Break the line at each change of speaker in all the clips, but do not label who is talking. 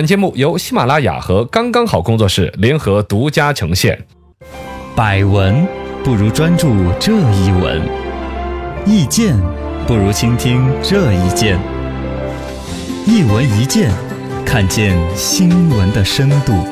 本节目由喜马拉雅和刚刚好工作室联合独家呈现。
百闻不如专注这一闻，意见不如倾听这一见。一闻一见，看见新闻的深度。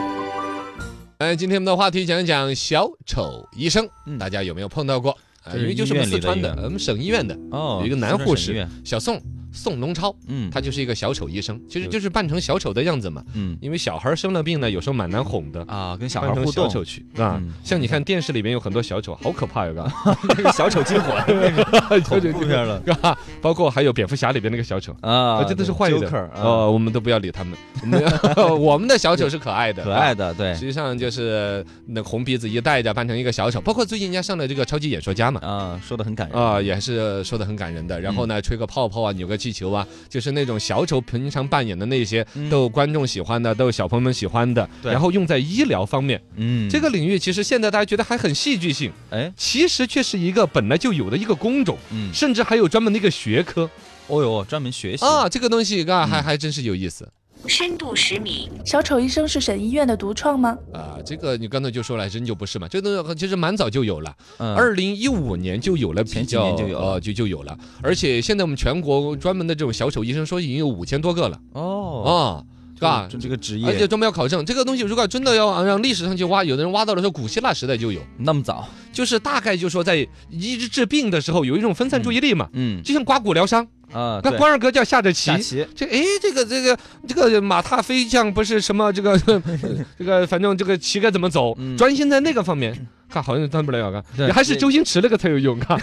哎，今天我们的话题讲一讲小丑医生，大家有没有碰到过？
嗯
啊，
这
因为
是
就是我们
医院里
四
的
川
一
的，
个
我们省医院的
哦
有一个男护
四川
士，
省医院
小宋宋龙超，
嗯，
他就是一个小丑医生，其实
对
就是扮成小丑的样子嘛。
嗯
因为小孩生了病呢，有时候蛮难哄的，
啊，跟小
扮
孩
成
互
小
动，
丑 去啊
嗯。
像你看电视里面有很多小丑，好可怕呀， 嘎
小丑惊 魂， 恐怖片了
嘎，包括还有蝙蝠侠里边那个小丑。
啊
啊，真的是坏的
Joker，啊
哦，我们都不要理他们，我们 要我们的小丑是可爱的，
可爱
啊。
的，对
实际上就是那红鼻子一戴着，扮成一个小丑，包括最近人家上了这个超级演说家嘛，
啊，说的很感人
啊、也是说的很感人
嗯
的。然后呢，吹个泡泡啊，扭个气球啊，就是那种小丑平常扮演的那些，
嗯
都有观众喜欢的，都有小朋友们喜欢的。
对
然后用在医疗方面，
嗯，
这个领域其实现在大家觉得还很戏剧性，
哎，
其实却是一个本来就有的一个工种，
嗯，
甚至还有专门的一个学科
哦哟，专门学习
啊。这个东西，嘎，还
嗯
还真是有意思。
深度十米，
小丑医生是省医院的独创吗？
啊，这个你刚才就说了，真就不是嘛，这个东西其实蛮早就有了，
嗯
二零一五年就有了，比
前几
较
年就有了
呃就就有了，而且现在我们全国专门的这种小丑医生说已经有五千多个了
哦
啊，
这
是吧？
这这个职
而且
业
专门要考证这个东西，如果真的要让历史上去挖，有的人挖到的时候，古希腊时代就有，
那么早，
就是大概就说在医治治病的时候有一种分散注意力嘛，
嗯
就像刮骨疗伤，
啊，
那
对
关二哥叫下着棋
下。棋，
这哎，这个这个这个马踏飞将不是什么这个 这个，反正这个棋该怎么走，
嗯
专心在那个方面。看，好像断不了啊！
对
看，还是周星驰那个才有用。看，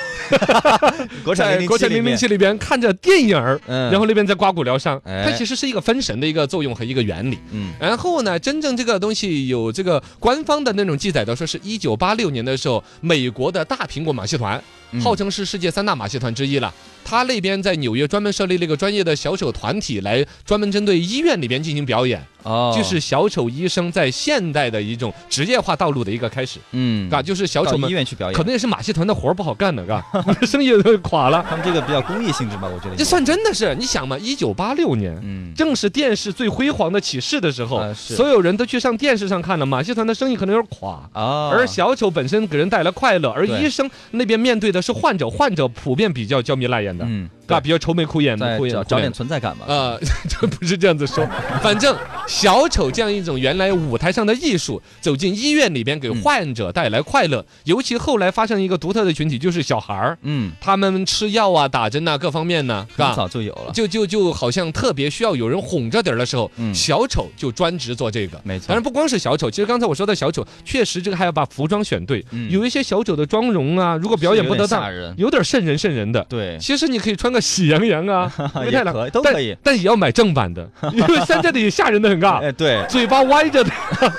国产
在
零
国产
零
零零，七里边看着电影儿，
嗯，
然后那边在刮骨疗伤，
哎
它其实是一个分神的一个作用和一个原理。
嗯
然后呢，真正这个东西有这个官方的那种记载的，说是一九八六年的时候，美国的大苹果马戏团，
嗯
号称是世界三大马戏团之一了。他那边在纽约专门设立了一个专业的小丑团体，来专门针对医院里边进行表演，
哦，
就是小丑医生在现代的一种职业化道路的一个开始，
嗯，
嘎，就是小
到
丑
医
们。
院去表演，
可能也是马戏团的活儿不好干了，嘎， 生意都垮了。
他们这个比较公益性质吧，我觉得
这算真的是，你想嘛，一九八六年，
嗯
正是电视最辉煌的起势的时候，
啊是
所有人都去上电视上看了，马戏团的生意可能有点垮。
啊，
而小丑本身给人带来快乐，而
对
医生那边面对的是患者，患者普遍比较焦眉烂眼的，
嗯，
啊，比较愁眉苦眼的，
再
苦眼
找
苦
找
眼
点存在感吧，
呃， 这不是这样子说，反正小丑这样一种原来舞台上的艺术，走进医院里边给
嗯
患者带来快乐，尤其后来发生一个独特的群体，就是小孩儿，
嗯，
他们吃药啊、打针啊各方面呢，是
很
吧？
早就有了，
就就就好像特别需要有人哄着点儿的时候，
嗯
小丑就专职做这个。
没错
当然不光是小丑，其实刚才我说的小丑，确实这个还要把服装选对。
嗯
有一些小丑的妆容啊，如果表演不
是
得
有点吓
当，
人，
有点瘆人瘆人的。
对，
其实你可以穿个喜羊羊 啊，灰太
也
狼
可以，都可以，
但，但也要买正 版的，因为山寨的也吓人的很
哎，
尬，
对，
嘴巴歪着的，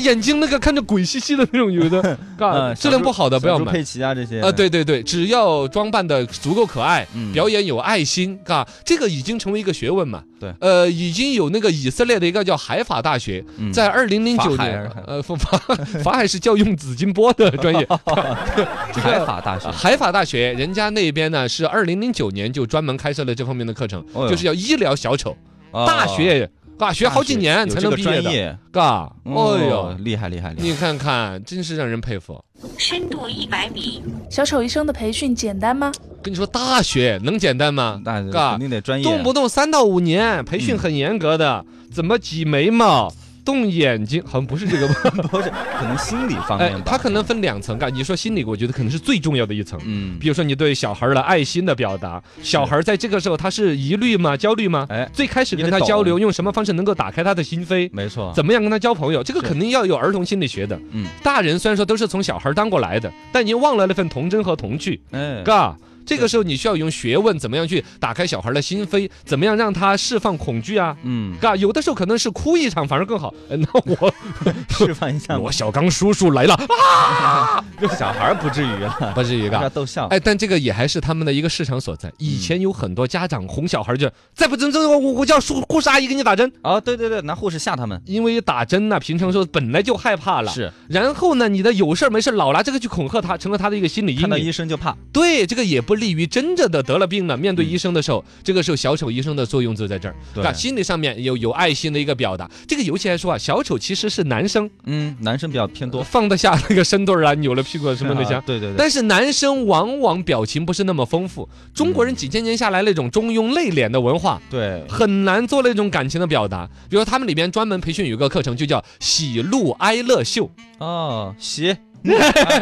眼睛那个看着鬼兮兮的那种， 有的尬，
嗯
质量不好的不要
小猪
买。
佩奇啊这些
啊，，对对对，只要装扮的足够可爱，
嗯
表演有爱心，嘎，这个已经成为一个学问嘛。
对
呃，已经有那个以色列的一个叫海法大学，
嗯
在二零零九
法海
年
还是，
呃，法 法法海是教用紫金波的 专业，这
海
个
法大学
啊，海法大学，人家那边呢是二零零九年就专门开设了这方面的课程，
哦哟
就是叫医疗小丑，
哦
大学，嘎，学
大
好几年
哦有
才
这
能
个
毕业
专
的，
业，
嘎，哦
哦
哟，，
厉害厉害厉
你
害，
看看，真是让人佩服。
深度一百米，
小丑医生的培训简单吗？
跟你说，大学能简单吗？
那
嘎
肯定得专业，啊
动不动三到五年，培训
嗯
很严格的，怎么挤眉毛、动眼睛，好像不是 这个吧？
不是，可能心理方
哎
面，吧，
它可能分两层，嘎，你说心理，我觉得可能是最重要的一层。
嗯，
比如说你对小孩儿的爱心的表达，小孩儿在这个时候他是疑虑吗？焦虑吗？
哎
最开始
你
跟
得
他交
懂
流，用什么方式能够打开他的心扉？
没错，
怎么样跟他交朋友？这个
是
肯定要有儿童心理学的。
嗯，
大人虽然说都是从小孩儿当过来的，但您忘了那份童真和童趣。
哎，
嘎。这个时候你需要用学问，怎么样去打开小孩的心扉，怎么样让他释放恐惧啊？
嗯，
嘎，有的时候可能是哭一场反而更好。呃那 我
示范一下嘛，
罗小刚叔叔来了，
小孩儿不至于啊，
不至于
大家
嘎。
逗笑，
哎，但这个也还是他们的一个市场所在。以前有很多家长哄小孩就，再不整整我我叫叔护士阿姨给你打针，
啊，对对对，拿护士吓他们，
因为打针呢、平常说本来就害怕了，。
是
然后呢，你的有事儿没事儿老拿这个去恐吓他，成了他的一个心理阴
看到
影
医。生就怕，
对，这个也不利于真正的得了病了，面对医生的时候，这个时候小丑医生的作用就在这儿，
对
吧心理上面有有爱心的一个表达。这个尤其来说啊，小丑其实是男生
嗯，男生比较偏多，
放得下那个身段儿啊，扭了屁股啊什么那些
啊。对对对，
但是男生往往表情不是那么丰富，中国人几千年下来那种中庸内敛的文化，
对，
很难做那种感情的表达。比如他们里面专门培训有一个课程，就叫喜怒哀乐秀。
哦，喜，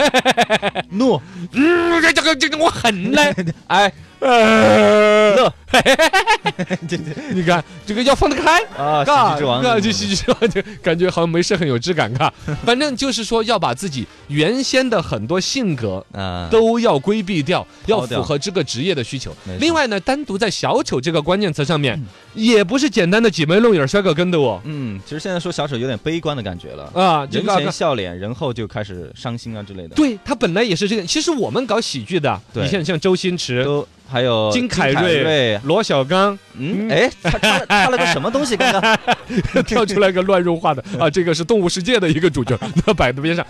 怒，
嗯，这这个这个我很 累。哎
哀，
呃，
乐，对对
你看 这个要放得开。
啊，喜
尬
剧之王，
尬就喜剧之王，就感觉好像没事很有质感， 尬。反正就是说要把自己原先的很多性格
啊，
都要规避掉，要
抛掉
符合这个职业的需求
没。错
另外呢，单独在小丑这个关键词上面，也不是简单的挤眉弄眼儿摔个跟头哦，
嗯，其实现在说小丑有点悲观的感觉了，
啊，这
嗯人
个啊
前笑脸，然后就开始伤心啊之类的，
对他本来也是这个。其实我们搞喜剧的，
对
你像像周星驰、
都还有
金凯瑞
瑞，
罗小刚
嗯，哎，他 他了他了个什么东西？刚刚
跳出来个乱入 化的啊，这个是动物世界的一个主 角，那摆在边上。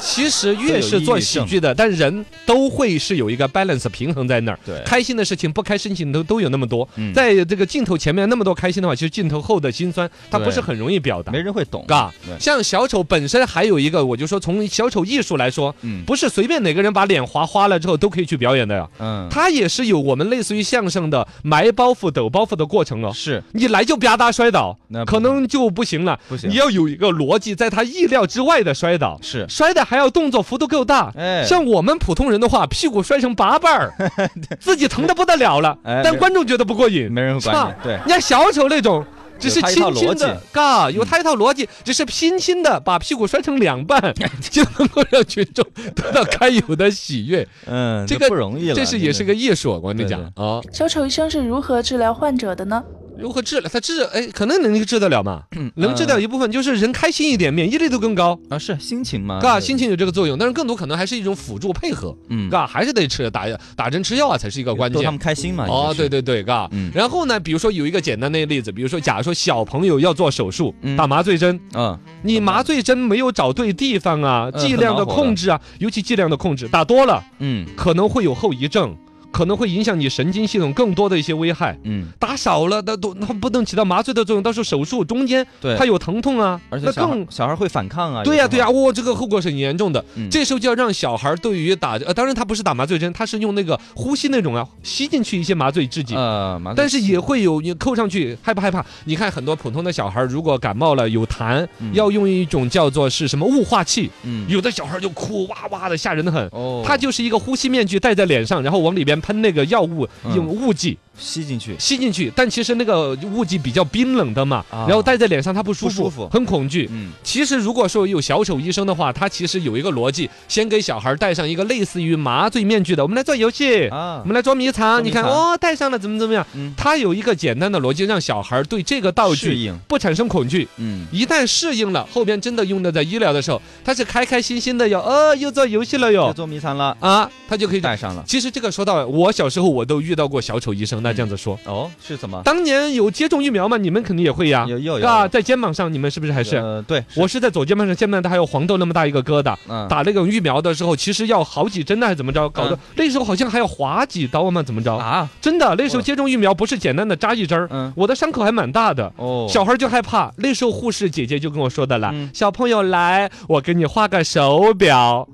其实越是做喜剧的，但人都会是有一个 balance 平衡在那儿。
对，
开心的事情、不开心的事情都都有那么多，
嗯
在这个镜头前面那么多开心的话，其实镜头后的辛酸，它不是
对
很容易表达
没。人会懂，
嘎
对，
像小丑本身还有一个，我就说从小丑艺术来说，
嗯
不是随便哪个人把脸划花了之后都可以去表演的呀，
嗯，
他也是有我们类似于相声的埋包袱、抖包袱的过程哦。
是
你来就吧嗒摔倒
那，不
可能就不行了。
不行
你要有一个逻辑，在他意料之外的摔倒，
是，
摔的还要动作幅度够大。
哎，
像我们普通人的话，屁股摔成八 瓣儿，自己疼得不得了了，
哎
但
没
观众觉得不过瘾，
没人会
是
管
吧？
你，对，
人家小丑那种，只是轻轻
有他一套
的
逻，
嘎，有他一套逻辑，只是轻轻的把屁股摔成 两半，就能够让群众得到该有的喜悦。
嗯，
这
这
个
不容易了，
这是也是
真
个
的
艺术，我跟你讲
对
啊，
小丑医生是如何治疗患者的呢？
如何治疗？他治哎，可能能治得了嘛？能治掉
嗯
一部分，就是人开心一点，免疫力都更高，
啊，是心情嘛，
嘎，
对
心，情有这个作用，但是更多可能还是一种辅助配合，
嗯，
嘎，还是得吃打打针吃药啊，才是一个关
逗
键
他。们开心嘛，
哦，对
对，
对对，嘎。
嗯
然后呢，比如说有一个简单的例子，比如说，假如说小朋友要做手术，
嗯
打麻醉针，
嗯，
你麻醉针没有找对地方啊，
嗯
剂量的控制啊，尤其剂量的控制，打多了
嗯
可能会有后遗症，可能会影响你神经系统更多的一些危害。
嗯，
打少了，那都它不能起到麻醉的作用，到时候手术中间
对
它，有疼痛啊，
而且
那
小孩
更。
小孩会反抗啊，
对
有
呀、
时
对呀、
候，
哇、这个后果是很严重的。
嗯
这时候就要让小孩对于打，呃，当然他不是打麻醉针，他是用那个呼吸那种啊，吸进去一些麻醉制剂，
呃，麻醉
但是也会有你扣上去害不害怕？你看很多普通的小孩儿，如果感冒了有痰，
嗯
要用一种叫做是什么雾化器，
嗯，
有的小孩儿就哭哇哇的，吓人的很。
哦，
它就是一个呼吸面具戴在脸上，然后往里边喷那个药物，
嗯
用雾剂
吸进去，
吸进去，但其实那个雾剂比较冰冷的嘛，
啊
然后戴在脸上它不舒
不舒
服
服，
很恐惧。
嗯，
其实如果说有小丑医生的话，他其实有一个逻辑，先给小孩戴上一个类似于麻醉面具的，我们来做游戏
啊
我，们来捉迷藏，
捉迷
你看
藏
哦，戴上了怎么怎么样？
嗯
它有一个简单的逻辑，让小孩对这个道
适
具
应，
不产生恐惧。
嗯，
一旦适应了，后边真的用到在医疗的时候，他是开开心心的哟，哦，又做游戏了
就
哟，
做迷藏了，
啊，他就可以。
带上了，
其实这个说到我小时候，我都遇到过小丑医生。那这样子说，
哦，是怎么？
当年有接种疫苗嘛？你们肯定也会呀，
有有有
啊，在肩膀上，你们是不是还是？
呃，对，
我是在左肩膀上，现在它还有黄豆那么大一个疙瘩。
嗯，
打那种疫苗的时候，其实要好几针呢，还是怎么着？搞得
嗯
那时候好像还要划几刀嘛，怎么着？
啊，
真的，那时候
哇
接种疫苗不是简单的扎一针儿，
嗯，
我的伤口还蛮大的。
哦，
小孩就害怕，那时候护士姐姐就跟我说的啦，
嗯
小朋友来，我给你画个手 表，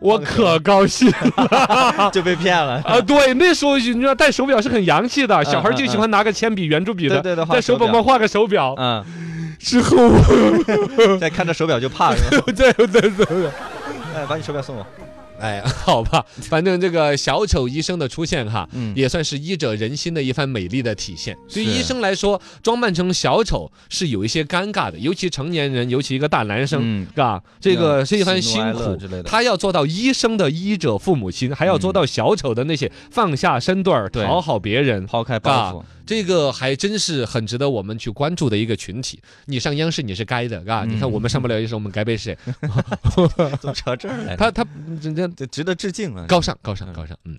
我可高兴
就被骗了，
啊！对，那时候你知道戴手表是很洋气的，
嗯
小孩就喜欢拿个铅笔、圆珠笔
对
的，
对对，
在手
表
本上画个手表，
嗯，
之后
再看着手表就 怕，是吧
我再再再，
哎，把你手表送我，
哎，好吧，反正这个小丑医生的出现哈，
嗯，
也算是医者仁心的一番美丽的体现。对于医生来说，装扮成小丑是有一些尴尬的，尤其成年人，尤其一个大男生，
嗯，
嘎、这个是一番
喜怒
辛
哀乐
苦。
之类的，嗯
他要做到医生的医者父母心，还要做到小丑的那些放下身段儿
对
讨好别人，
抛开包袱，
这个还真是很值得我们去关注的一个群体。你上央视你是该的，嘎、你看我们上不了医生，我们该被谁？
怎么扯这儿来了？
他他这这
这值得致敬啊！
高尚高尚高尚，嗯。